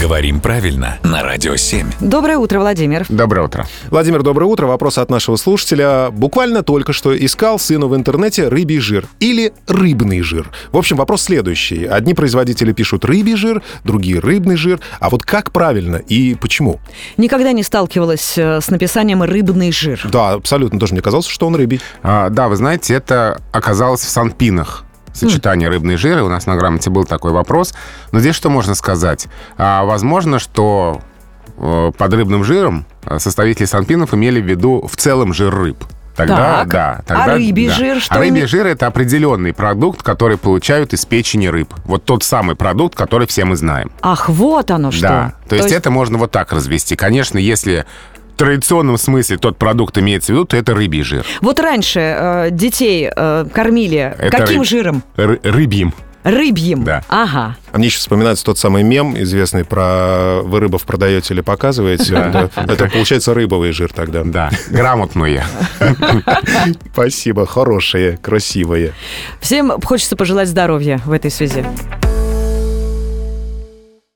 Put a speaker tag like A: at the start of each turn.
A: Говорим правильно на Радио 7.
B: Доброе утро, Владимир.
C: Доброе утро.
D: Владимир, доброе утро. Вопрос от нашего слушателя. Буквально только что искал сыну в интернете рыбий жир или рыбный жир. В общем, вопрос следующий. Одни производители пишут рыбий жир, другие рыбный жир. А вот как правильно и почему?
B: Никогда не сталкивалась э, с написанием «рыбный жир».
D: Да, абсолютно тоже мне казалось, что он рыбий.
C: А, да, вы знаете, это оказалось в Санпинах. Сочетание
B: Хм.
C: рыбной жиры. У нас на грамоте был такой вопрос. Но здесь что можно сказать? А, возможно, что э, под рыбным жиром э, составители Санпинов имели в виду в целом жир рыб. Тогда,
B: Так.
C: да,
B: А
C: тогда,
B: рыбий
C: да.
B: жир что
C: А рыбий
B: ими-
C: жир это определенный продукт, который получают из печени рыб. Вот тот самый продукт, который все мы знаем.
B: Ах, вот оно что.
C: Да. То, есть, это можно вот так развести. Конечно, если в традиционном смысле тот продукт имеется в виду, то это рыбий жир.
B: Вот раньше э, детей э, кормили
C: Это
B: каким
C: рыб-
B: жиром?
C: Ры- рыбьим.
B: Рыбьим.
C: Да.
B: Ага.
D: А мне еще вспоминается тот самый мем, известный про вы рыбов продаете или показываете. Да. Это получается рыбовый жир тогда.
C: Да. Грамотные.
D: Спасибо, хорошие, красивые.
B: Всем хочется пожелать здоровья в этой связи.